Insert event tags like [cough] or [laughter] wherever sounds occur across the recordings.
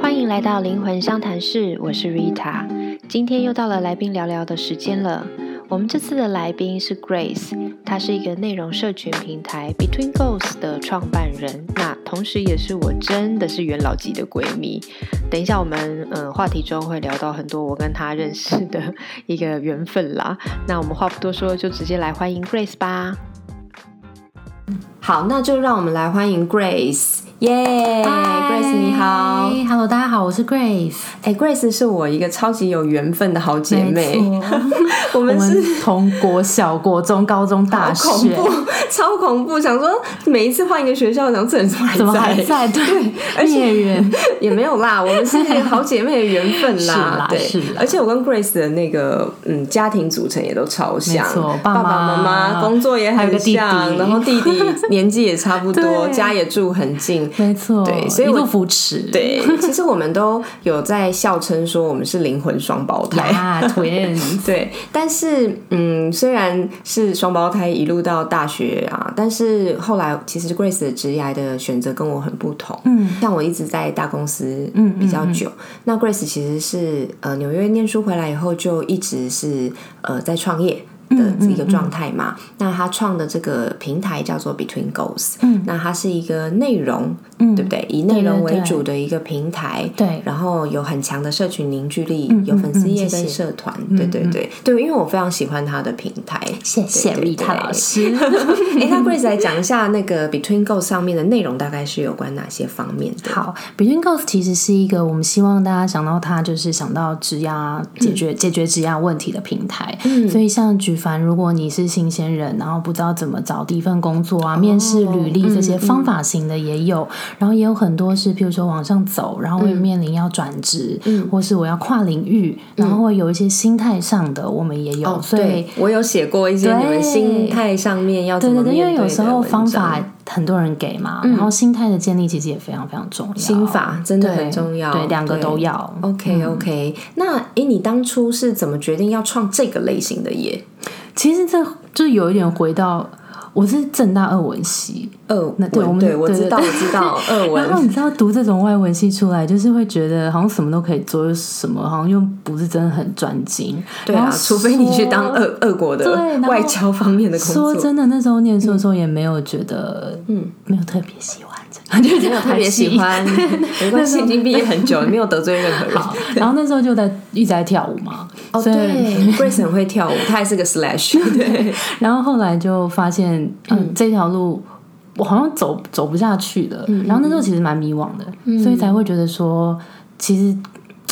欢迎来到灵魂相谈室，我是 Rita。今天又到了来宾聊聊的时间了。我们这次的来宾是 Grace，她是一个内容社群平台 Between Goals 的创办人，那同时也是我真的是元老级的闺蜜。等一下我们呃话题中会聊到很多我跟她认识的一个缘分啦。那我们话不多说，就直接来欢迎 Grace 吧。好，那就让我们来欢迎 Grace，耶、嗨 Grace 你好。 ，Hello，大家好，我是 Grace，哎、g r a c e 是我一个超级有缘分的好姐妹，没错 [laughs] 我我们是们从国小、国中、高中、大好恐学， [laughs] 怖，超恐怖。想说每一次换一个学校，想这人怎么还怎么还在？对， [laughs] 而且孽缘，也没有啦，我们是好姐妹的缘 [laughs] 分是啦对，是啦而且我跟 Grace 的那个嗯家庭组成也都超像没错，爸爸妈妈妈工作也还有很个弟弟像，然后弟弟年纪也差不 [laughs] 多，对家也住很近，没错，对所以一我路扶持，对， [laughs] 其实我们都有在笑称说我们是灵魂双胞胎。呀，Twins， [laughs] 对，但是嗯，虽然是双胞胎一路到大学啊，但是后来其实 Grace 的职业的选择跟我很不同。嗯，像我一直在大公司嗯比较久，那 Grace 其实是呃纽约念书回来以后就一直是呃在创业。的嗯这一个状态嘛，那他创的这个平台叫做 Between Goals，嗯，那它是一个内容，嗯，对不对？以内容对对为对主的一个平台，对然后有很强的社群凝聚力，有粉丝页嗯谢嗯跟谢社团，对对对对，因为我非常喜欢他的平台， [laughs] 谢谢对对 Rita 老师，哎，那 Grace 来讲一下那个 Between Go 上面的内容大概是有关哪些方面的？好，Between Goals 其实是一个我们希望大家想到它，就是想到职压解决、嗯解决职压问题的平台。所以像举凡，如果你是新鲜人，然后不知道怎么找第一份工作哦啊，面试、履历这些方法型的也嗯有，然后也有很多是，譬如说往上走，然后会面临要转职，嗯或是我要跨领域，然后会有一些心态上的，我们也有。所以哦对，我有写过一些你们对心态上面要怎对么对对，因面为的有时候文方法章嗯很多人给嘛，然后心态的建立其实也非常非常重要。心法真的很重要，对，两个都。要。嗯 OK OK，那哎，诶你当初是怎么决定要创这个类型的页？其实这就有一点回到，我是正大二文系，二那对我文，们对我对知对道，我对知道，二文 [laughs] 然后你知道读这种外文系出来，就是会觉得好像什么都可以做，什么好像又不是真的很专精。对然啊，后除非你去说当俄俄国的对然后外交方面的工说作，真的，那时候念书的时候也没有觉得，嗯，没有特别喜欢这个， [laughs] 就是没有特别喜 [laughs] 欢，没关系，已经毕业很 [laughs] 久了，没有得罪任何人。好。然后那时候就在一直在跳舞嘛，哦，所以对，Grace 很会跳舞，她还是个 [laughs] slash，对，然后后来就发现，嗯，这条路我好像走走不下去了。嗯然后那时候其实蛮迷惘的，所以才会觉得说，其实，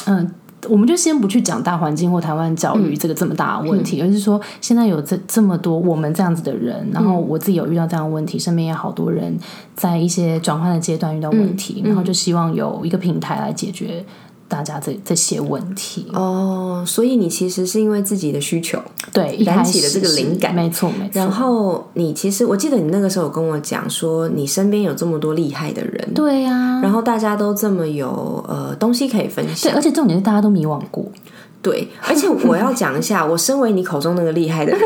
嗯。我们就先不去讲大环境或台湾教嗯育这个这么大的问题，而是说现在有这这么多我们这样子的人，然嗯后我自己有遇到这样的问题，身边也好多人在一些转换的阶段遇到问题，嗯然后就希望有一个平台来解决大家这这些问题。哦，所以你其实是因为自己的需求，对，一燃开起始了这个是灵感没错没错。然后你其实我记得你那个时候有跟我讲说，你身边有这么多厉害的人，对啊呀、然后大家都这么有呃东西可以分对，享，而且重点是大家都迷惘过，对，而且我要讲一 [laughs] 下，我身为你口中那个厉害的人，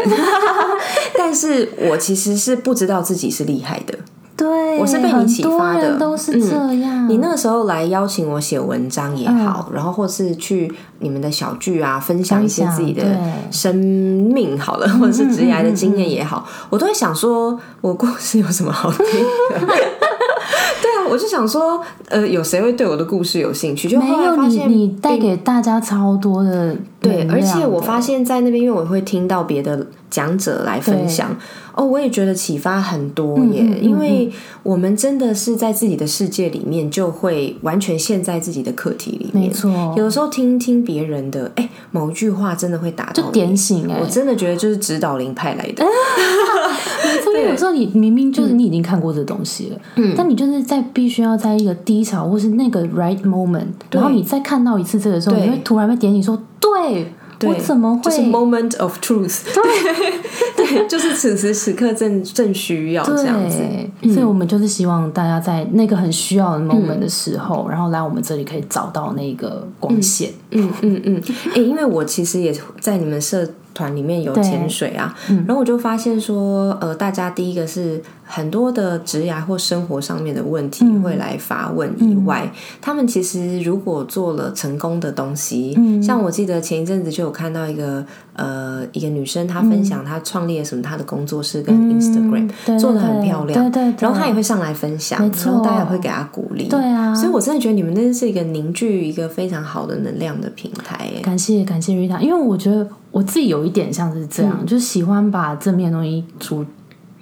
但是我其实是不知道自己是厉害的。对，我是被你启发的嗯很多人都是这样。你那个时候来邀请我写文章也嗯好，然后或是去你们的小剧啊，分享一些分享自己的对嗯生命好了，或者是职涯的经验也好，我都会想说，我故事有什么好听的？ [laughs] 对啊，我就想说，呃，有谁会对我的故事有兴趣？就没后来有发你，现你带给大家超多的对，能量的而且我发现在那边，因为我会听到别的讲者来分享，哦，我也觉得启发很多耶，嗯嗯嗯因为我们真的是在自己的世界里面，就会完全陷在自己的课题里面。没错有的时候听听别人的，哎，某一句话真的会打到就你点。醒哎、我真的觉得就是指导灵派来的，因为有时候你明明就是嗯你已经看过这东西了，嗯，但你就是在必须要在一个低潮或是那个 right moment，然后你再看到一次这个时候，对你会突然被点醒说，对对我怎么就是会 moment of truth，对 [laughs] 对，就是此时此刻正正需要这样子。嗯对，所以我们就是希望大家在那个很需要的 moment 的时候，然后来我们这里可以找到那个光线。嗯嗯嗯，哎、因为我其实也在你们社团里面有对嗯潜水啊，然后我就发现说，呃，大家第一个是很多的职涯或生活上面的问题嗯会来发问以外，他们其实如果做了成功的东西，嗯像我记得前一阵子就有看到一个呃一个女生，她分享她创立了什么她的工作室跟 Instagram，、嗯对做的很漂亮，对对对然后她也会上来分享，没错然后大家也会给她鼓励，对啊所以我真的觉得你们那是一个凝聚一个非常好的能量的平台，哎感谢感谢 Rita，因为我觉得我自己有一点像是这样，就是喜欢把正面的东西出，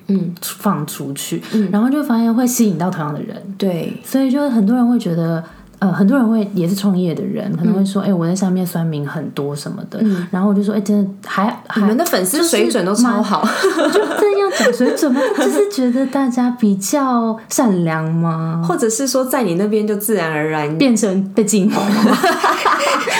嗯，放出去，然后就发现会吸引到同样的人，对，所以就很多人会觉得。呃，很多人会也是创业的人，可嗯能会说，哎、我在上面酸民很多什么的，然后我就说，哎、真的还还你们的粉丝水准都超好， [laughs] 就这样讲水准吗？就是觉得大家比较善良吗？或者是说在你那边就自然而然变成被进化？ [laughs]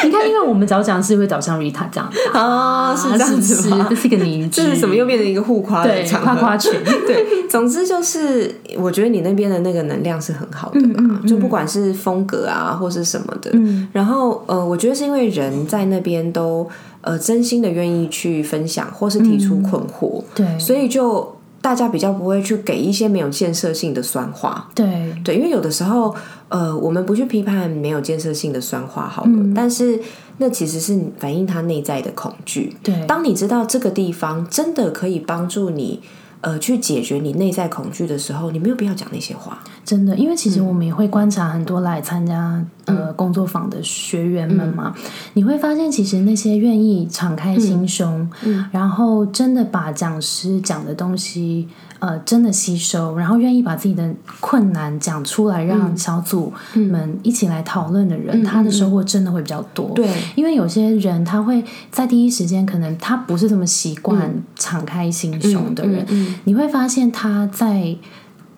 你看，因为我们早讲是会导向 Rita 这样子啊，啊，是这是样不子是吗？？这是一个凝聚，这 [laughs] 是什么？又变成一个互夸的对，场合夸夸群。对，总之就是，我觉得你那边的那个能量是很好的啦，就不管是风格啊，或是什么的。然后呃，我觉得是因为人在那边都呃真心的愿意去分享，或是提出困惑，对所以就大家比较不会去给一些没有建设性的酸话。对，对，因为有的时候，呃，我们不去批判没有建设性的酸话好了，嗯但是那其实是反映他内在的恐惧。对当你知道这个地方真的可以帮助你，呃，去解决你内在恐惧的时候，你没有必要讲那些话。真的，因为其实我们也会观察很多来参加、呃工作坊的学员们嘛，你会发现其实那些愿意敞开心胸，然后真的把讲师讲的东西呃真的吸收，然后愿意把自己的困难讲出来，让小组们一起来讨论的人，他的收获真的会比较多。对因为有些人他会在第一时间，可能他不是这么习惯敞开心胸的人，嗯你会发现他在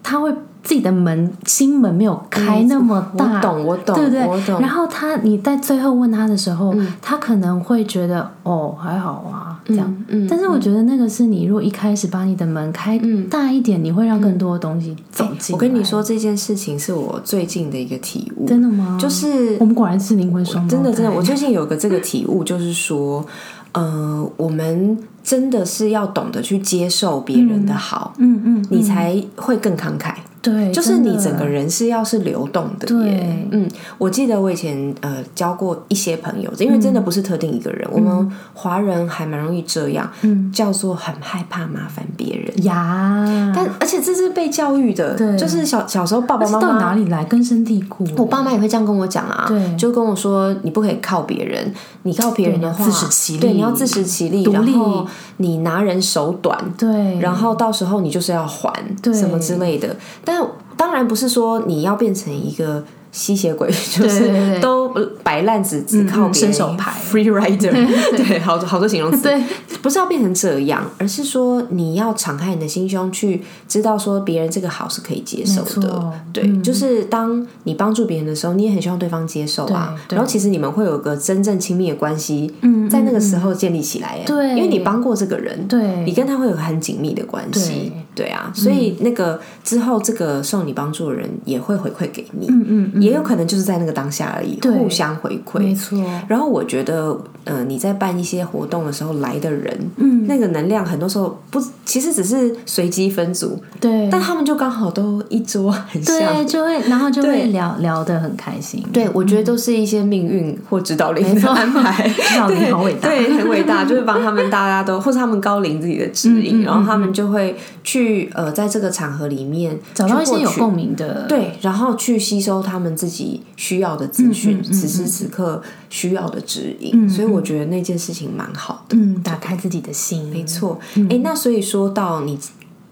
他会自己的门心门没有开那么我大，懂，我懂，对不对？我懂嗯然。后哎他你在最后问他的时候，他可能会觉得哦还好啊这样，嗯但是我觉得那个是你如果一开始把你的门开大一点，你会让更多的东西走哎进、我跟你，说这件事情是我最近的一个体悟，真的吗？就是我们果然是灵魂双胞真的真的，胎我最近有个这个体悟，就是说，呃，我们真的是要懂得去接受别人的好，嗯嗯，你才会更慷慨。对，就是你整个人人是要是流动的耶对。嗯，我记得我以前呃交过一些朋友，因为嗯真的不是特定一个人，我们华人还蛮容易这样，嗯叫做很害怕麻烦别人。呀，但而且这是被教育的，对就是小小时候爸爸不知妈道妈哪里来根深蒂固，我爸妈也会这样跟我讲啊，对就跟我说你不可以靠别人，你靠别人的话，对你要自食其力对，你要自食其力，独立然后你拿人手短，对，然后到时候你就是要还嗯对什么之类的。但当然不是说你要变成一个吸血鬼， [laughs] 就对对是对都摆烂只只靠别人伸手牌，free [laughs] rider，对，好好多形容词，对， [laughs] 不是要变成这样，而是说你要敞开你的心胸，去知道说别人这个好是可以接受没的错。嗯对，就是当你帮助别人的时候，你也很希望对方接受啊。对对然后其实你们会有个真正亲密的关系，嗯在那个时候建立起来耶。对因为你帮过这个人，对你跟他会有很紧密的关系。对啊，所嗯以那个之后，这个受你帮助的人也会回馈给你。嗯嗯，也有可能就是在那个当下而已，对互相回馈。没错，然后我觉得，呃，你在办一些活动的时候来的人，嗯那个能量很多时候不，其实只是随机分组，对，但他们就刚好都一桌很对，像。就会然后就对会聊聊得很开心，对，哎我觉得都是一些命运或指导灵的安排。 [laughs] 指导灵对好伟大对，很伟大，就是帮他们大家都，或是他们高龄自己的嗯指引，然后他们就会去呃，在这个场合里面找到一些有共。共鸣的，对，然后去吸收他们自己需要的资讯，嗯嗯嗯此时此刻需要的指引。嗯嗯所以我觉得那件事情蛮好的。嗯，打开自己的心，没，错，哎、那所以说到你，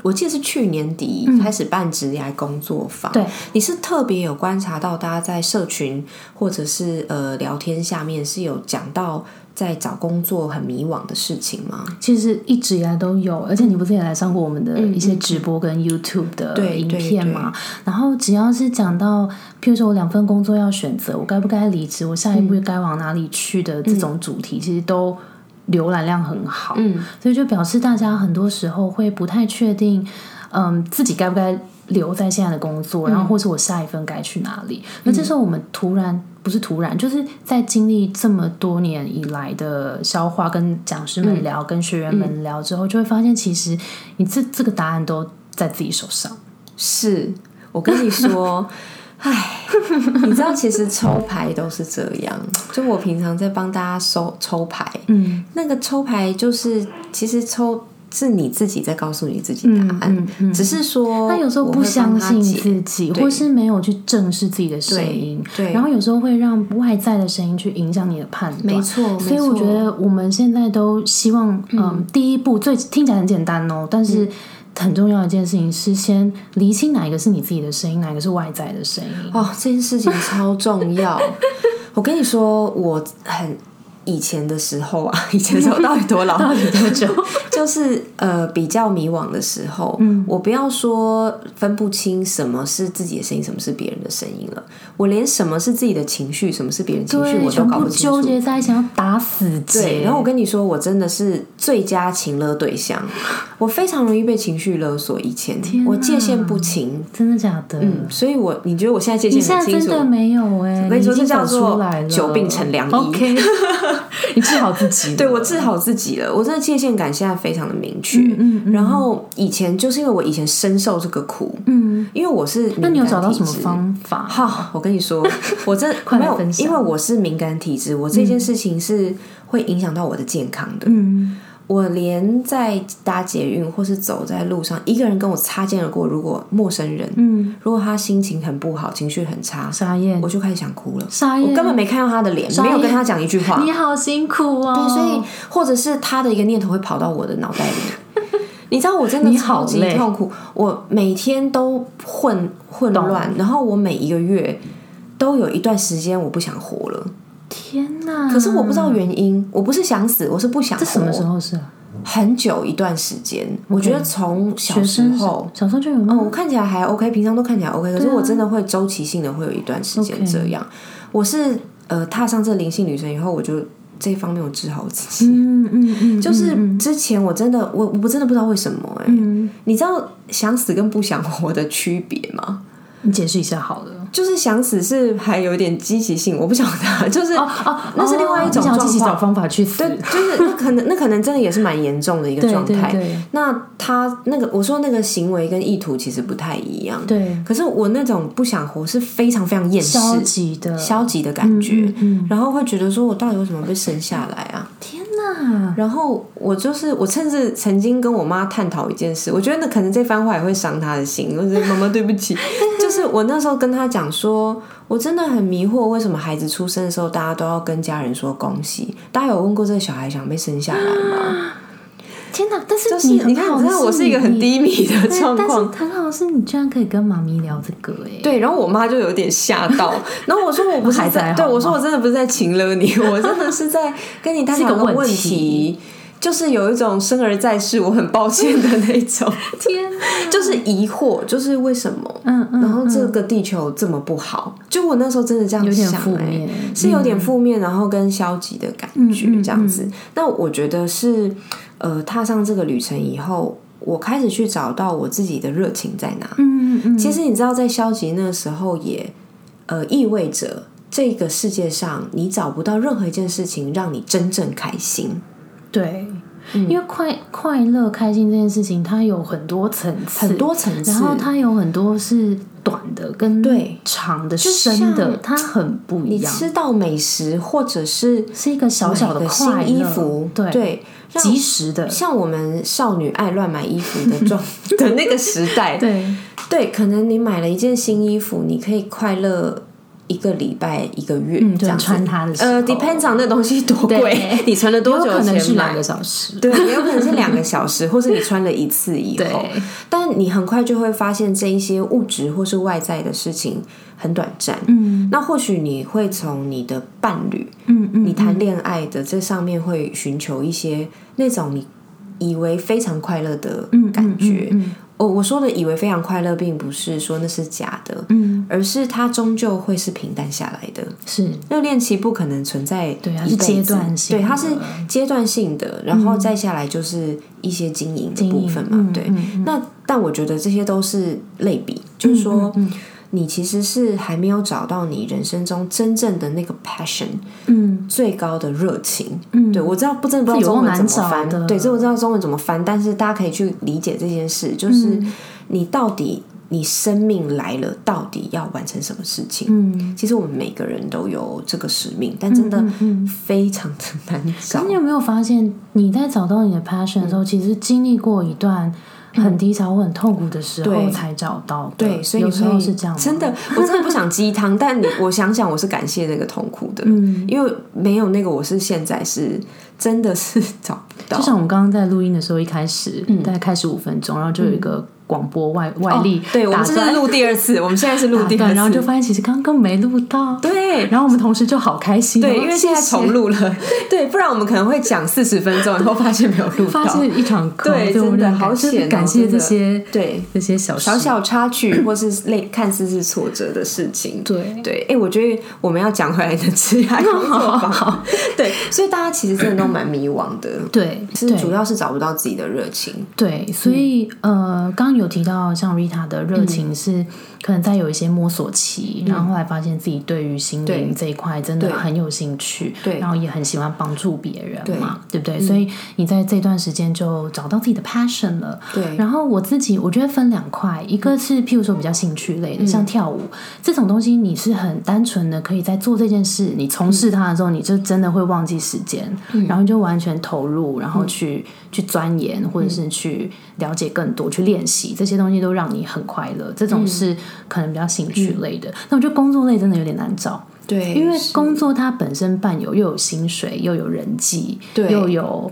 我记得是去年底开始办职涯工作坊，对，你是特别有观察到大家在社群或者是呃聊天下面是有讲到在找工作很迷惘的事情吗？其实一直以来都有，而且你不是也来上过我们的一些直播跟 YouTube 的嗯对影片嘛？然后只要是讲到，譬如说我两份工作要选择，我该不该离职，我下一步嗯该往哪里去的这种主题，其实都浏览量很好。嗯，所以就表示大家很多时候会不太确定，嗯，自己该不该留在现在的工作，嗯然后或是我下一份该去哪里。那这时候我们突然不是突然，就是在经历这么多年以来的消嗯化，跟讲师们聊，跟学员们聊之后，就会发现其实你这这个答案都。在自己手上。是我跟你说，唉，你知道其实抽牌都是这样。就我平常在帮大家收抽牌，嗯那个抽牌就是其实抽是你自己在告诉你自己答案，嗯嗯嗯只是说他有时候我会不相帮他信解自己，对或是没有去正视自己的声音，对对然后有时候会让外在的声音去影响你的判断。没错所没以我觉错得我们现在都希望，嗯，第一步最听起来很简单哦，但嗯是很重要的一件事情是先厘清哪一个是你自己的声音，哪一个是外在的声音。哦，这件事情超重 [laughs] 要。我跟你说，我很以前的时候啊， [laughs] 以前的时候到底多老？ [laughs] 到底多久？ [laughs] 就是呃，比较迷惘的时候，嗯我不要说分不清什么是自己的声音，什么是别人的声音了。我连什么是自己的情绪，什么是别人情绪，对，我都全搞部不清楚纠。结在一起，要打死对，结。然后我跟你说，我真的是最佳情勒对 [laughs] 象，我非常容易被情绪勒索。以前哪我界限不清，真的假的？嗯，所以我你觉得我现在界你限现很在清真楚？的没有哎、跟你说已经这叫走做出来了，久病成良医 [laughs] OK，你治好自己了。对我治好自己了，我真的界限感现在非常的明确。嗯嗯然后以前就是因为我以前深受这个苦，嗯，因为我是那你有敏找感到体什么质方法？哈，我跟你 [laughs] 说，我真快没来有分，享因为我是敏感体质，我这件事情是会影响到我的健康的。嗯，我连在搭捷运或是走在路上，一个人跟我擦肩而过，如果陌生人，嗯，如果他心情很不好，情绪很差，沙燕我，就开始想哭了。沙燕，我根本没看到他的脸，没有跟他讲一句话。你好辛苦哦，对，所以或者是他的一个念头会跑到我的脑袋里。 [laughs] 你知道我真的你超好级累痛苦，我每天都混混乱，然后我每一个月都有一段时间我不想活了，天哪！可是我不知道原因，我不是想死，我是不想活。这什么时？候是啊？很久一段时间，我觉得从小学时生时候，小时候就有吗？哦我看起来还 OK，平常都看起来 OK，可是我真的会周期性的会有一段时间 OK 这样。我是呃踏上这灵性旅程以后，我就这方面我治好我自己。嗯嗯嗯，就是嗯之前我真的我我真的不知道为什么哎、嗯，你知道想死跟不想活的区别吗？你解释一下好了。就是想死是还有点积极性，我不晓得，啊就是、哦哦，那是另外一种你想要状自己找况。方法去死。对，就是那可能那可能真的也是蛮严重的一个对状对态。对那他那个我说那个行为跟意图其实不太一样。对，可是我那种不想活是非常非常厌世、消极的。消极的感觉，嗯然后会觉得说我到底为什么被生下来啊？天哪！然后我就是，我甚至曾经跟我妈探讨一件事，我觉得那可能这番话也会伤她的心。我觉得妈妈对不 [laughs] 起，就是我那时候跟她讲说，我真的很迷惑，为什么孩子出生的时候大家都要跟家人说恭喜？大家有问过这个小孩想被生下来吗？天哪！但是就是啊你很你看，好你知道我是一个很你低迷的 [laughs] 对状况，但是很好，是你居然可以跟妈咪聊这个哎、欸。对，然后我妈就有点吓到，然后我说我不是孩子在，还对好我说吗我真的不是在情了你，我真的是在跟你探是讨个问问题题，就是有一种生而在世，我很抱歉的那种， [laughs] 天哪，就是疑惑，就是为什么？嗯嗯，然后这嗯个地球这么不好，就我那时候真的这样有点想、欸，负面嗯是有点负面，然后跟消极的感觉嗯嗯这样子。那我觉得是，呃，踏上这个旅程以后，我开始去找到我自己的热情在哪。嗯嗯，其实你知道，在消极那时候也，呃，意味着这个世界上你找不到任何一件事情让你真正开心。对，嗯因为快快乐开心这件事情，它有很多层次，很多层次然后它有很多是短的跟对长的、深的，像它很不一你样，吃到美食，或者是是一个小小的买个快乐，新衣服，对，对，让及时的，像我们少女爱乱买衣服 [laughs] 的状的那个时代，对，对，可能你买了一件新衣服，你可以快乐一个礼拜、一个月、嗯，这就样子穿它的时候，呃，depends on 那东西多贵 [laughs] 对，你存了多久有的可能钱是两买个？小时，对，也有可能是两个小时，或是你穿了一次以后对，但你很快就会发现这一些物质或是外在的事情很短暂。嗯那或许你会从你的伴侣、嗯嗯，你谈恋爱的这上面会寻求一些那种你以为非常快乐的嗯感觉。嗯嗯嗯我、我说的以为非常快乐，并不是说那是假的，嗯，而是它终究会是平淡下来的。是热恋期不可能存在一辈子，对它啊是阶段性的嗯对，它是阶段性的，然后再下来就是一些经营的经部营分嘛，嗯对。嗯嗯那但我觉得这些都是类比，就是说，嗯嗯你其实是还没有找到你人生中真正的那个 passion，嗯最高的热情。嗯对我知道不真的不知道这中有够文怎么难找的嗯翻，对，这我知道中文怎么翻，但是大家可以去理解这件事，就是你到底你生命来了，到底要完成什么事情？嗯，其实我们每个人都有这个使命，但真的非常的难找。嗯你有没有发现，你在找到你的 passion 的时候，嗯其实经历过一段很低潮或很痛苦的时候对才找到的？对，所以有你时会候是这样，真的，，我真的不想鸡汤，但你我想想，我是感谢那个痛苦的，嗯，因为没有那个，我是现在是真的是找不到就。像我们刚刚在录音的时候，一开始、嗯大概开始五分钟，然后就有一个广播外、外力哦打断、对，我们这是录第二次，我们现在是录打第二断，次，然后就发现其实刚刚没录到，对。然后我们同时就好开心哦，对，因为现在谢谢重录了，对，不然我们可能会讲四十分钟，然后发现没有录到发。现一场空，对我真的们两个好就是险哦感谢真的这些对这些小小事小插曲，或是类看似是挫折的事情，对对，哎、我觉得我们要讲回来的 [laughs] 职业工作坊， [laughs] 对，所以大家其实真的都蛮迷惘的，对，是对主要嗯是找不到自己的热情，对，所以、呃，刚刚有提到像 Rita 的嗯热情是、可能在有一些摸索期，然后后来发现自己对于心灵这一块真的对很有兴趣，对然后也很喜欢帮助别人嘛，对不对？所以你在这段时间就找到自己的 passion 了。对然后我自己我觉得分两块，一个是譬如说比较兴趣类的，像跳舞这种东西，你是很单纯的可以在做这件事，你从事它的时候，你就真的会忘记时间，然后你就完全投入，然后去、去钻研，或者是去了解更多，去练习这些东西都让你很快乐。这种是可能比较兴趣类的，那我觉得工作类真的有点难找。对，因为是工作它本身伴有又有薪水，又有人际，对啊又有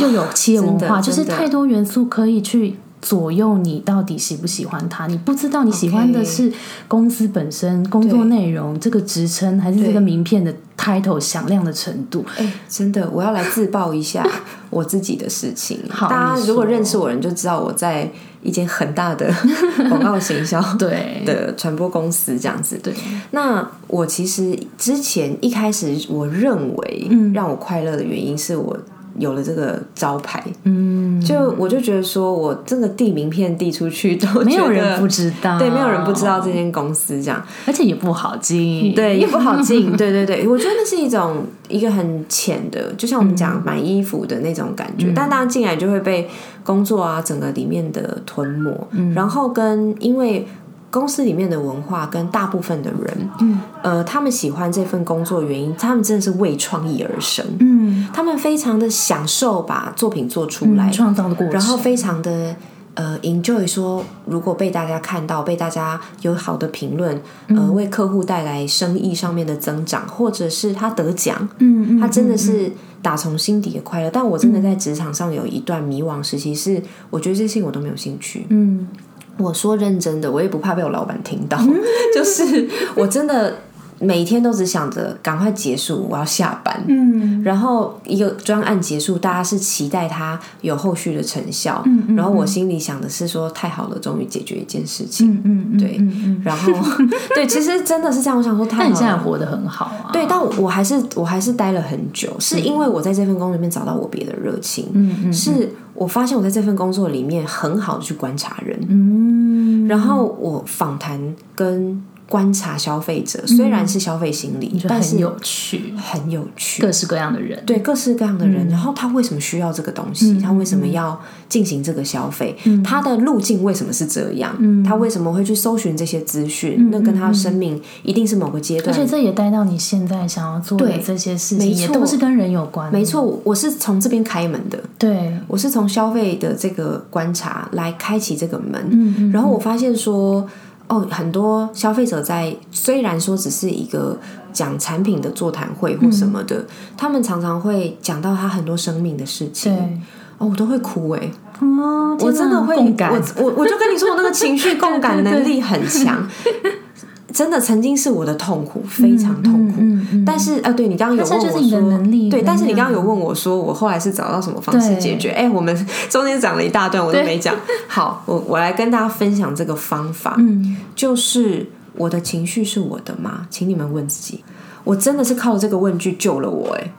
又有企业文真化，的就是真的太多元素可以去左右你到底喜不喜欢它。你不知道你喜欢的 OK 是公司本身工作对内容这个职称，还是这个名片的 title 响亮的程度。哎、真的，我要来自爆一下我自己的事情。 [laughs] 好大家你说如果认识我的人就知道我在一间很大的 [laughs] 广告行销 [laughs] 对的传播公司这样子。对，那我其实之前一开始我认为嗯让我快乐的原因是我有了这个招牌，嗯，就我就觉得说我这个递名片递出去都没有觉人得不知道，哦对，没有人不知道这，间公司这样。而且也不好进。对，也不好进。对对对，我觉得那是一种一个很浅的，就像我们讲买衣服的那种感觉。但大家进来就会被工作啊，整个里面的吞没。然后跟因为公司里面的文化跟大部分的人，嗯，呃，他们喜欢这份工作的原因，他们真的是为创意而生。嗯，他们非常的享受把作品做出来，创造的过程，然后非常的呃 enjoy 说，如果被大家看到，被大家有好的评论，嗯呃，为客户带来生意上面的增长，或者是他得奖，嗯，嗯他真的是打从心底的快乐。但我真的在职场上有一段迷惘时期是，我觉得这些事情我都没有兴趣。嗯我说认真的，我也不怕被我老板听到， [laughs] 就是我真的每天都只想着赶快结束，我要下班，嗯然后一个专案结束，大家是期待它有后续的成效。嗯然后我心里想的是说，太好了，终于解决一件事情。嗯嗯，对嗯嗯。然后， [laughs] 对，其实真的是这样。我想说，那太你现好在了。活得很好啊，对，但我我还是我还是待了很久，是因为我在这份工作里面找到我别的热情。嗯嗯，是我发现我在这份工作里面很好的去观察人。嗯，然后我访谈跟观察消费者，虽然是消费心理，就但很是有趣，很有趣。各式各样的人，对各式各样的人，嗯然后他为什么需要这个东西？他为什么要进行这个消费？嗯他的路径为什么是这样？他为什么会去搜寻这些资讯？那跟他的生命一定是某个阶嗯而段。且这也带到你现在想要做的对这些事情，没也错都是跟人有关，没，错，我是从这边开门的，对，我是从消费的这个观察来开启这个门。嗯然后我发现说，哦，很多消费者在虽然说只是一个讲产品的座谈会嗯或什么的，他们常常会讲到他很多生命的事情。对，哦，我都会哭哎、哦，我天哪真的会，共感，我我我就跟你说，我那 [laughs] 个情绪共感能力很强，真的曾经是我的痛苦，非常痛苦。嗯嗯但是啊，对你刚刚有问但我是说，就是你的能力对，能但是你量刚刚有问我说，我后来是找到什么方式对解决？哎，我们中间讲了一大段，我都对没讲。好，我我来跟大家分享这个方法，嗯，就是我的情绪是我的吗？请你们问自己，我真的是靠这个问句救了我、哎，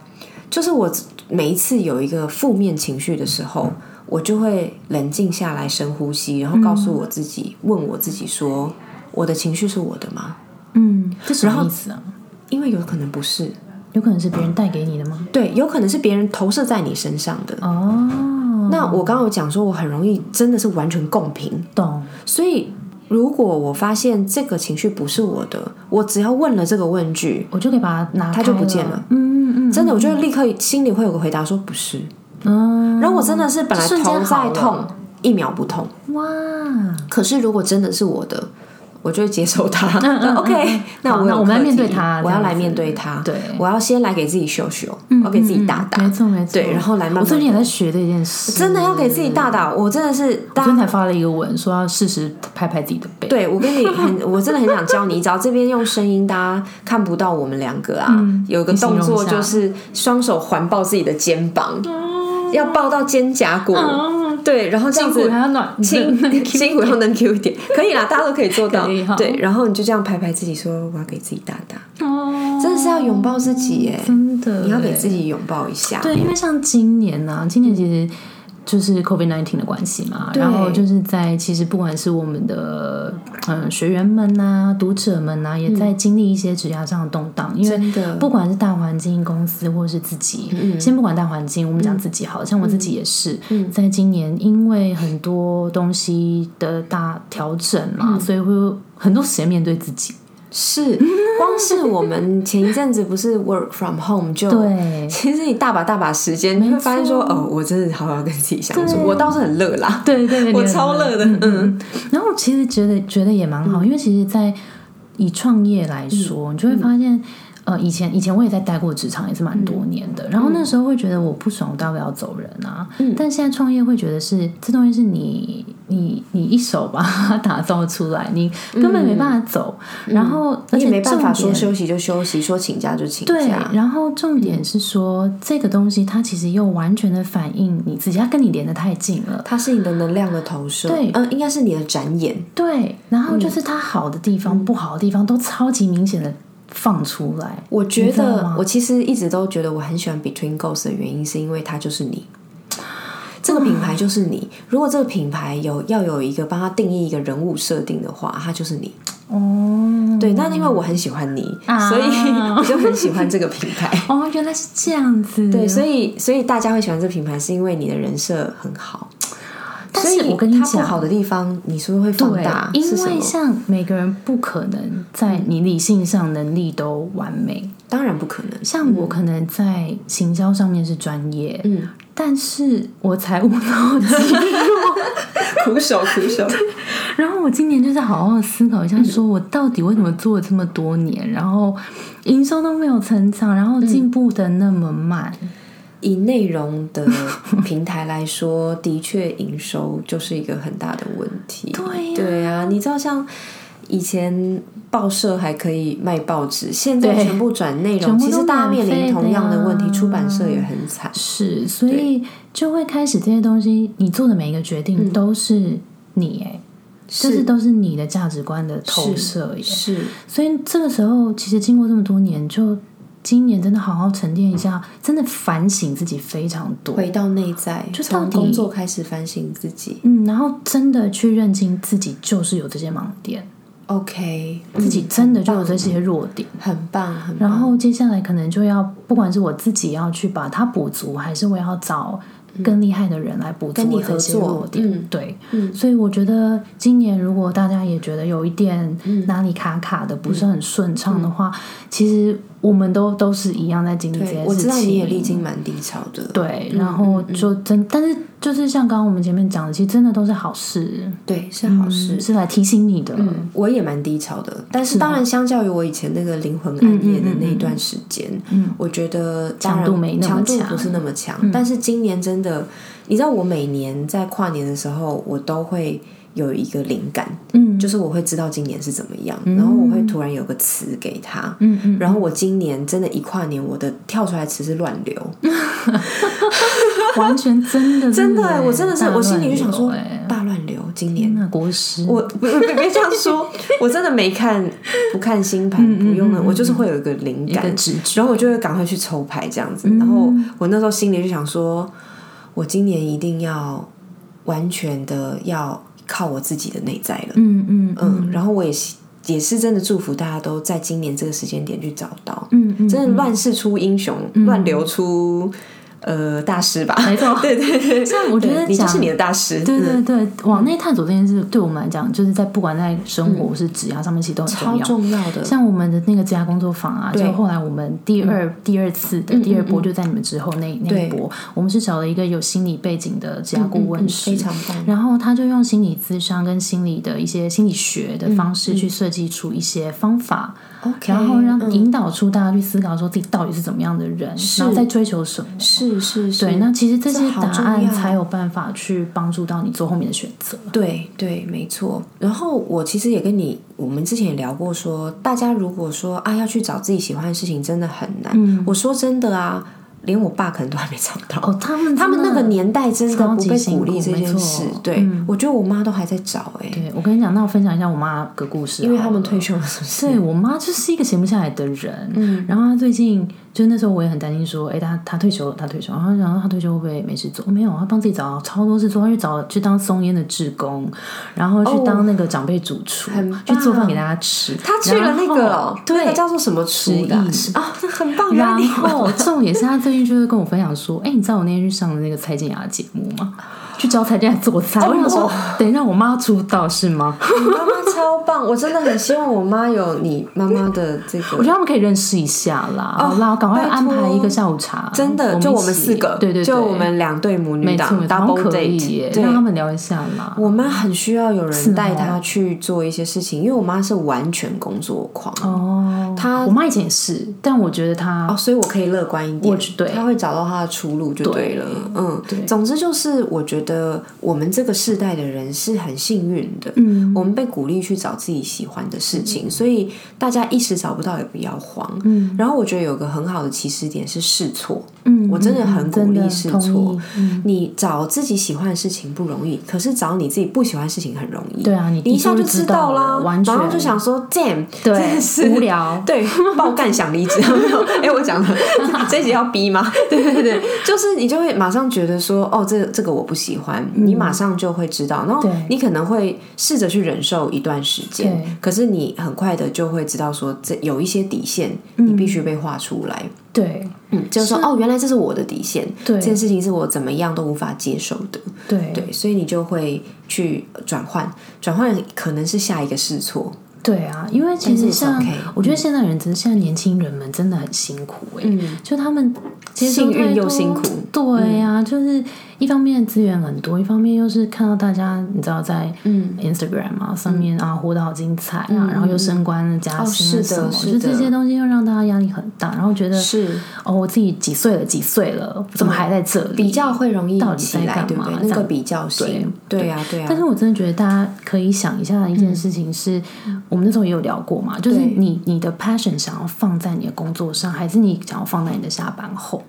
就是我每一次有一个负面情绪的时候，我就会冷静下来，深呼吸，然后告诉我自己，问我自己说，我的情绪是我的吗？嗯，这什么意思啊？因为有可能不是，有可能是别人带给你的吗？对，有可能是别人投射在你身上的。哦，那我刚刚有讲说，我很容易真的是完全共频，懂，所以如果我发现这个情绪不是我的，我只要问了这个问句，我就可以把它拿开，它就不见了。嗯嗯嗯，真的，我就会立刻心里会有个回答说不是。嗯，然后我真的是本来瞬间头好在了痛，一秒不痛。哇，可是如果真的是我的，我就会接受 [laughs] 它。那嗯 OK，那好我有那我们来课题面对它我这要样来子面对它。对我要先来给自己秀秀，嗯我要给自己大嗯嗯打没。错没错，对然后来慢慢我最近也在学这件事，真的要给自己大打，我真的是大家我昨天才发了一个文，说要适时拍拍自己的 [laughs] 背。对我跟你很， [laughs] 我真的很想教你，只要这边用声音，大家看不到我们两个啊，嗯有个动作就是双手环抱自己的肩膀，哦要抱到肩胛骨，嗯，对，然后这样筋骨子还。要暖，筋筋骨要能 Q 一点，可以啦，大家都可以做到可以哈。对，然后你就这样拍拍自己，说我要给自己打打，哦，真的是要拥抱自己耶，真的，欸你要给自。己拥抱一下。对，因为像今年呢、今年其实就是 COVID nineteen 的关系嘛，对然后就是在其实不管是我们的嗯学员们呐、读者们呐、啊也在经历一些职涯上的动荡，因为嗯真的嗯不管是大环境、公司或是自己，先不管大环境，我们讲自己好了，像我自己也是，在今年因为很多东西的大调整嘛，嗯所以会有很多时间面对自己，是， [laughs] 光是我们前一阵子不是 work from home 就对其实你大把大把时间，你会发现说，错哦，我真的好好跟自己相处。对我倒是很乐啦，对对，我你很超乐的，嗯，然后其实觉得觉得也蛮好，因为其实，在以创业来嗯说，你就会发现，呃，以前以前我也在待过职场，也是蛮嗯多年的。然后那时候会觉得我不爽，我大不了走人啊。嗯但现在创业会觉得是这东西是你你你一手把 [laughs] 它打造出来，你根本没办法走。然后而嗯你且也没办法重说嗯点休息就休息，说请假就请对假，，然后重点是说、这个东西它其实又完全的反映你自己，它跟你连得太近了。它是你的能量的投射，对嗯，应该是你的展演，对，然后嗯就是它好的地方、不好的地方都超级明显的放出来。我觉你知道得吗，我其实一直都觉得我很喜欢 Between Ghosts 的原因，是因为它就是你。这个品啊牌就是你。如果这个品牌有要有一个帮他定义一个人物设定的话，它就是你。哦，对，但因为我很喜欢你，啊所以 [laughs] 我就很喜欢这个品 [laughs] 牌。哦，原来是这样子。对，所以以所以大家会喜欢这品牌，是因为你的人设很好。但所是以我跟你它不讲好的地方，你是不是会放对大？，是因什为么？像每个人不可能在你理性上能力都完美，当然不可能。 [laughs] 像我可能在行销上面是专业，嗯，但是我财务脑肌弱。苦手苦手。 [laughs] 然后我今年就是好好地思考一下，说我到底为什么做了这么多年，然后营收都没有成长，然后嗯进步的那么慢，以内容的平台来说，的确营收就是一个很大的问题。对呀对啊，你知道像以前报社还可以卖报纸，现在对全部转内容，全部其都实大家面免临费的同样的问题，呀出版社也很惨。是，所以就会开始这些东西，你做的每一个决嗯定都是你哎、就是都是你的价值观的投射耶。是，所以这个时候，其实经过这么多年，就今年真的好好沉淀一下，真的反省自己非常多。回到内在，就到从底工作开始反省自己。嗯，然后真的去认清自己就是有这些盲点， OK，自己真的就有这些弱点。嗯很棒，很棒。然后接下来可能就要，不管是我自己要去把它补足，还是我要找更厉害的人来补足嗯跟你我这些弱点。合作嗯对，所以我觉得今年如果大家也觉得有一点嗯哪里卡卡的，不是很顺畅的话，其实我们都都是一样在经历这些事对情。我知道你也嗯历经蛮低潮的，对，然后就真，但是就是像刚刚我们前面讲的，其实真的都是好事，嗯对，是嗯好事。嗯是来提醒你的。我也蛮低潮的，但嗯是当然，相较于我以前那个灵魂暗夜的那一段时间，我觉得当然嗯强度没那强么度强嗯不是那么强。但是今年真的，你知道，我每年在跨年的时候，我都会有一个灵感，嗯就是我会知道今年是怎么样，然后我会突然有个词给它，嗯嗯，然后我今年真的，一跨年，我的跳出来的词是乱流，嗯完全真的真的欸欸，我真的是，大我心里乱就想流说欸，大乱流，今年那国师，我不不别这样说， [laughs] 我真的没看不看星盘，嗯不用了，我就是会有一个灵一个嗯感，直觉，然后我就会赶快去抽牌这样子。然后我那时候心里就想说，我今年一定要完全的要靠我自己的内在了。嗯嗯嗯，然后我也是也是真的祝福大家都在今年这个时间点去找到，嗯嗯，真的乱世出英雄，乱流出呃大师吧，没错 [laughs] 对对对，像我觉得对你就讲是你的大师，对嗯对对，往内探索这件事，对我们来讲，就是在不管在生活或是职涯上面，其实都很嗯超重要。重要的，像我们的那个职涯工作坊啊，就后来我们第二、嗯第二次的第二波，就在你们之后那那一波，我们是找了一个有心理背景的职涯顾问嗯师，非常棒。然后他就用心理咨商跟心理的一些心理学嗯的方式去设计出一些方法， OK，然后让嗯引导出大家去思考说自己到底是怎么样的人，然后在追求什么。是是是，对，那其实这些这好答重案要才有办法去帮助到你做后面的选择。对对，没错。然后我其实也跟你，我们之前也聊过说，大家如果说啊要去找自己喜欢的事情，真的很难。我说真的啊，连我爸可能都还没找到。嗯哦，他们他们那个年。年代真的超不级被辛鼓励苦这没件错嗯事，对、我觉得我妈都还在找哎、对，我跟你讲，那我分享一下我妈的故事好了，因为他们退休了，是不是？对我妈就是一个闲不下来的人，嗯，然后她最近就那时候我也很担心说，哎，她她退休了，她退休了，然后然后她退休会不会没事做？哦没有，她帮自己找超多事做，她去找去当松烟的志工，然后去当那个长辈主厨，哦很棒去做饭给大家吃。他去了那个然哦后，那个对。叫做什么厨的啊池是啊，那很棒。然原来你后重点是她最近就是跟我分享说，哎，你知道我那天去上的那个蔡健雅的节目吗？去教蔡健雅做哦菜。我想说，等一下我妈出道是吗？你妈妈超棒，我真的很希望我妈有你妈妈的这 [laughs] 个。我觉得他们可以认识一下啦，好啦，赶快拜托安排一个下午茶，哦真的，啊一起就我们四个，对对，对就我们两对母女没错，档没错，double 好像可以耶 date，让他对。们聊一下啦。我妈很需要有人带是哦她去做一些事情，因为我妈是完全工作狂哦，她我妈以前也是，但我觉得她哦，所以我可以乐观一我点觉，对她会找到她的出路就对了。嗯，总之就是我觉得我们这个世代的人是很幸运的，嗯我们被鼓励去找自己喜欢的事情，所以大家一时找不到也不要慌。嗯然后我觉得有个很好的起始点是试错，嗯，我真的很嗯鼓真励的试同错意嗯你找自己喜欢的事情不容易，可是找你自己不喜欢的事情很容易。对啊，你你一下就就知道道啦，完全然后就想说 damn，真的是对无。聊， [laughs] 对，爆干想离职，没有？哎、我讲了，这一集要逼 [laughs] 吗？对对对， [laughs] 就是你就会马上觉得说，哦，这这个我不喜欢，你马上就会知道，然后嗯对你可能会试着去忍受一段时间对，可是你很快的就会知道说，这有一些底线，你必须被画出来。嗯对嗯，就是说，哦，原来这是我的底线，对这件事情是我怎么样都无法接受的，对对，所以你就会去转换，转换可能是下一个试错，对啊，因为其但是实 it's 像 okay，我觉得现在人，真的现在年轻人们真的很辛苦哎、就他们接受嗯幸运太多又辛苦嗯对呀、就是一方面资源很多，一方面又是看到大家你知道在嗯 Instagram 啊、上面啊活得好精彩啊，然后又升官了、加薪哦是了的什么，是就的这些东西又让大家压力很大，然后觉得是哦，我自己几岁了，几岁了，怎么还在这里？比较会容易到底起在来，干对不嘛对？？这那个样比较性，对呀，对呀。啊但是我真的觉得大家可以想一下一件事情是，我们那时候也有聊过嘛，就是嗯对你你的 passion 想要放在你的工作上，还是你想要放在你的下班后？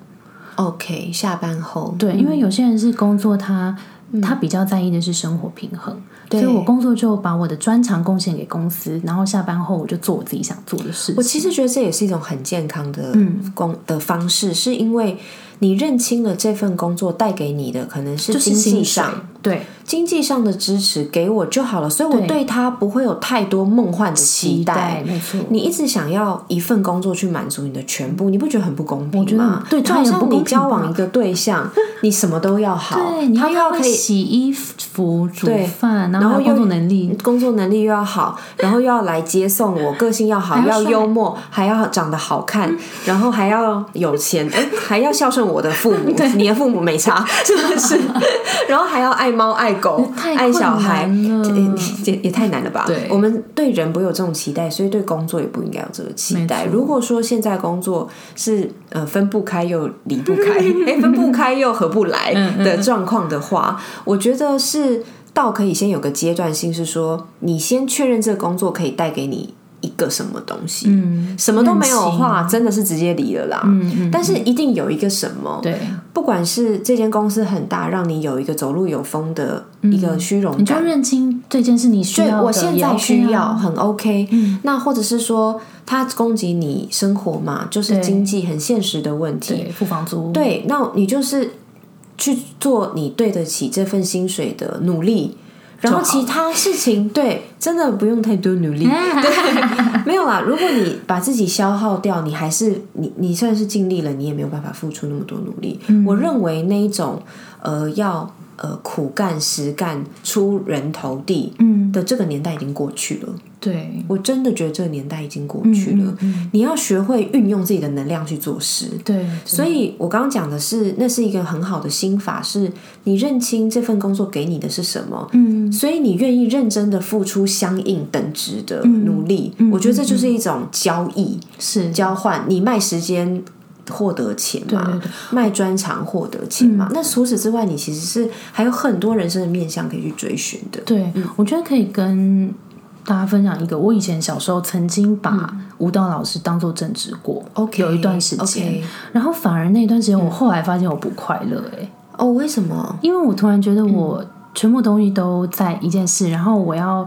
OK，下班后，对，因为有些人是工作他。嗯他比较在意的是生活平衡，所以我工作就把我的专长贡献给公司，然后下班后我就做我自己想做的事我其情。实觉得这也是一种很健康的嗯工的方式，是因为你认清了这份工作带给你的可能是就是经济薪水上。对经济上的支持给我就好了，所以我对对他不会有太多梦幻的期期待没错你一直想要一份工作去满足你的全部，你不觉得很不公平吗？我觉得很对就这好样也像不你公平交往吧一个对象，你什么都要好， [laughs] 对，你他又要可会以洗衣服、煮对饭，然然后后还有工又作能力，工作能力又要好，然后又要来接送我，个性要好，还要要帅幽默，还要长得好看，然后还要有钱，哎还要孝顺我的父 [laughs] 母，你的父母没差， [laughs] 真的是，然后还要爱猫爱狗，太爱小困孩，难了这也也也太难了吧？对我们对人不会有这种期待，所以对工作也不应该有这个期待。没错如果说现在工作是呃分不开又离不 [laughs] 开，哎、分不开又合不来嗯的状况的话，我觉得是倒可以先有个阶段性，是说你先确认这个工作可以带给你一个什么东西，嗯，什么都没有的认清话，真的是直接离了啦。嗯但是一定有一个什么，对，不管是这间公司很大，让你有一个走路有风的一个虚荣嗯你感就，认清这件事，你需对要的，我现也在 OK 需要、啊很 OK，、那或者是说它供给你生活嘛，就是经济很现实的问题。对付房租，对，那你就是去做你对得起这份薪水的努力。然后其他事情，对，真的不用太多努 [laughs] 力。对，没有啦。如果你把自己消耗掉，你还是你，你虽然是尽力了，你也没有办法付出那么多努力。嗯、我认为那一种呃，要呃苦干实干出人头地，嗯的这个年代已经过去了。对，我真的觉得这个年代已经过去了。你要学会运用自己的能量去做事。对，所以我刚刚讲的是，那是一个很好的心法，是你认清这份工作给你的是什么，嗯，所以你愿意认真的付出相应等值的努力。嗯我觉得这就是一种交易，是交换，你卖时间。获得钱嘛，对对对嗯卖专长获得钱嘛。那除此之外，你其实是还有很多人生的面向可以去追寻的。对，我觉得可以跟大家分享一个，我以前小时候曾经把舞蹈老师当做正职过嗯 OK，有一段时间 OK 嗯然后反而那段时间，我后来发现我不快乐、欸，哎、哦，为什么？因为我突然觉得我嗯全部东西都在一件事，然后我要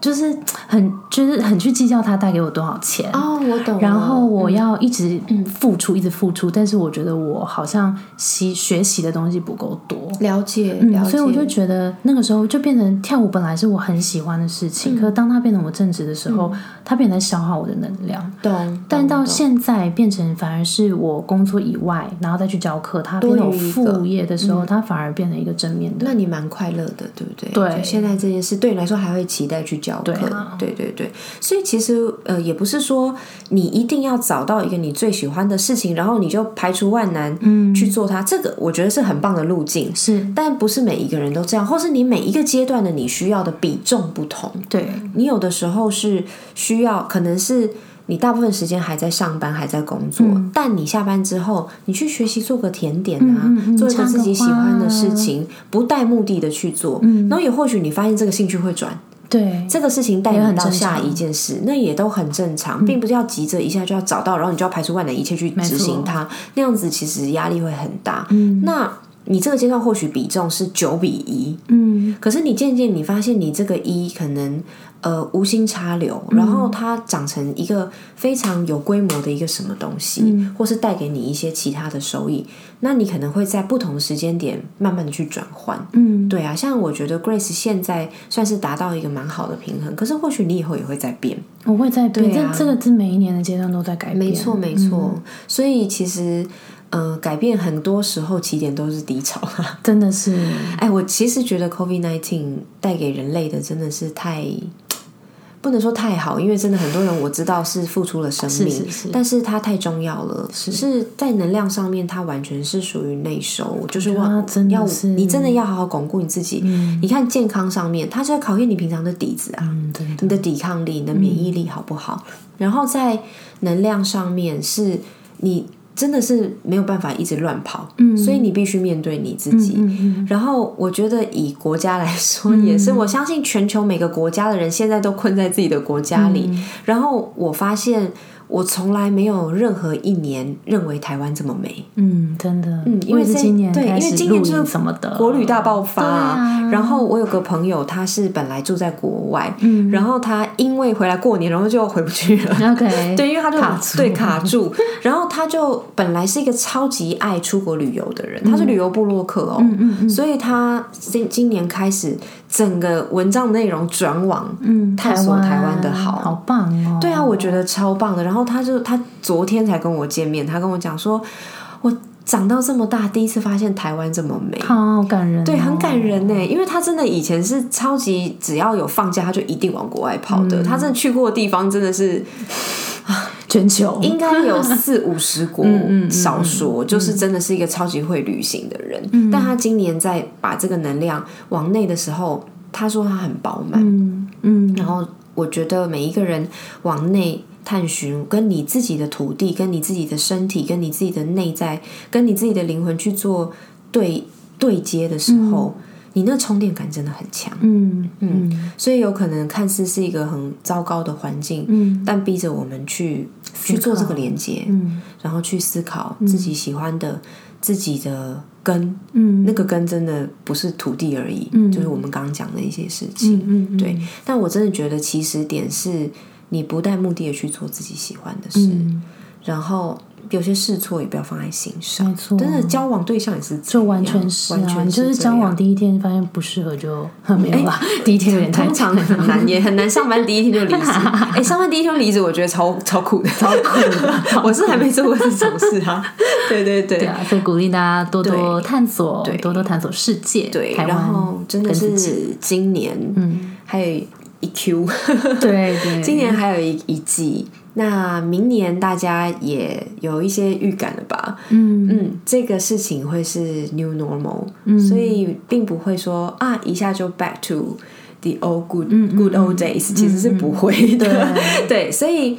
就是很就是很去计较它带给我多少钱，哦，嗯我懂了。然后我要一直付出，一直付出，但是我觉得我好像习学习的东西不够多。嗯了解，了解。所以我就觉得那个时候就变成跳舞本来是我很喜欢的事嗯情，可是当它变成我正职的时候，它变得消耗我的能量。懂，但懂到懂现在变成反而是我工作以外，然后再去教课，它变成我多余一个副业的时候，它反而变成一个正面的。那你蛮快乐的，对不对？对就现在这件事对你来说还会期待去教课，对啊对对对。所以其实呃，也不是说你一定要找到一个你最喜欢的事情，然后你就排除万难，嗯，去做它。这个我觉得是很棒的路径，是但不是每一个人都这样，或是你每一个阶段的你需要的比重不同。对，你有的时候是需要，可能是你大部分时间还在上班，还在工作，嗯但你下班之后，你去学习做个甜点啊，嗯嗯嗯做一个自己喜欢的事插情，不带目的的去做，嗯然后也或许你发现这个兴趣会转，对，这个事情带也很你到正常嗯下一件事，那也都很正常，并不是要急着一下就要找到，然后你就要排除万难一切去执行它，那样子其实压力会很大。那你这个阶段或许比重是九比一，嗯，可是你渐渐你发现你这个一可能呃无心插柳，然后它长成一个非常有规模的一个什么东西，或是带给你一些其他的收益，那你可能会在不同的时间点慢慢的去转换。嗯，对啊，像我觉得 Grace 现在算是达到一个蛮好的平衡，可是或许你以后也会再变。我会在变，对这、啊这个是每一年的阶段都在改变。没错，没错。所以其实呃，改变很多时候起点都是低潮啦。真的是，哎，我其实觉得 COVID nineteen 带给人类的真的是太，不能说太好，因为真的很多人我知道是付出了生是命，是是但是它太重要了，是在能量上面，它完全是属于内收，就是得它往啊真的要是你真的要好好巩固你自己。你看健康上面，它是要考验你平常的底子啊，嗯，真的你的抵抗力、你的免疫力好不好？嗯然后在能量上面，是你真的是没有办法一直乱跑，嗯，所以你必须面对你自己。嗯然后我觉得以国家来说，也是、我相信全球每个国家的人现在都困在自己的国家里。嗯然后我发现，我从来没有任何一年认为台湾这么美。嗯，真的，嗯因为是这今年对开因为始今年录就是影什么的，国旅大爆发、对啊然后我有个朋友，他是本来住在国外，嗯，然后他因为回来过年，然后就回不去了。 ，OK，对，因为他就卡住对卡住，然后他就本来是一个超级爱出国旅游的人，他是嗯旅游部落客哦，所以他今今年开始整个文章内容转往嗯，探索台湾的好好棒哦，对啊，我觉得超棒的。然后他就他昨天才跟我见面，他跟我讲说，我长到这么大，第一次发现台湾这么美。好感人哦，对，很感人呢，因为他真的以前是超级，只要有放假他就一定往国外跑嗯的。他真的去过的地方真的是全球，应该有四五十 [laughs] 国，嗯少说，就是真的是一个超级会旅行的人。嗯但他今年在把这个能量往内的时候，他说他很饱满，嗯嗯，然后我觉得每一个人往内探寻，跟你自己的土地、跟你自己的身体、跟你自己的内在、跟你自己的灵魂去做对对接的时候，你那充电感真的很强。嗯嗯，所以有可能看似是一个很糟糕的环境，嗯但逼着我们去去做这个连接，嗯然后去思考自己喜欢的、自己的根，嗯那个根真的不是土地而已，嗯就是我们刚刚讲的一些事情。嗯嗯，对，但我真的觉得起始点是你不带目的的去做自己喜欢的事，嗯然后有些试错也不要放在心上没。错真的交往对象也是这就样，完全是啊，完全你就是这样交往第一天发现不适合就没有啦，第一天有点太通常很难， [laughs] 也很难上班第一天就离职。哎、上班第一天就离职，我觉得超超酷的，超酷的。 [laughs] 我是还没做过这种事 [laughs] 啊。对对对。对啊，所以鼓励大家多多对探索对，多多探索世界，对，啊台然湾后真的跟自己是今年，嗯，还有一 Q，对对今年还有一一季。那明年大家也有一些预感了吧？嗯嗯，这个事情会是 new normal，、所以并不会说啊一下就 back to the old good、good 嗯 old days，、其实是不会的。 [laughs] 对，所以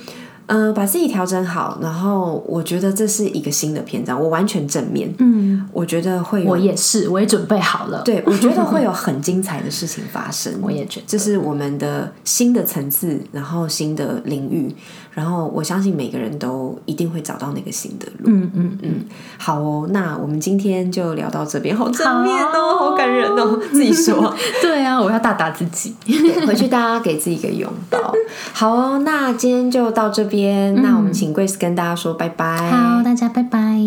呃，把自己调整好，然后我觉得这是一个新的篇章，我完全正面。嗯，我觉得会有我也是，我也准备好了，对，我觉得会 [laughs] 有很精彩的事情发生。我也觉得这是我们的新的层次，然后新的领域，然后我相信每个人都一定会找到那个新的路。嗯嗯嗯，好哦，那我们今天就聊到这边，好正面哦，好好感人哦，自己 [laughs] 说。对啊，我要大打自己，对回去大家给自己一个拥抱。好哦，那今嗯天就到这边，那我们请 Grace 跟大家说拜拜。好，大家拜拜。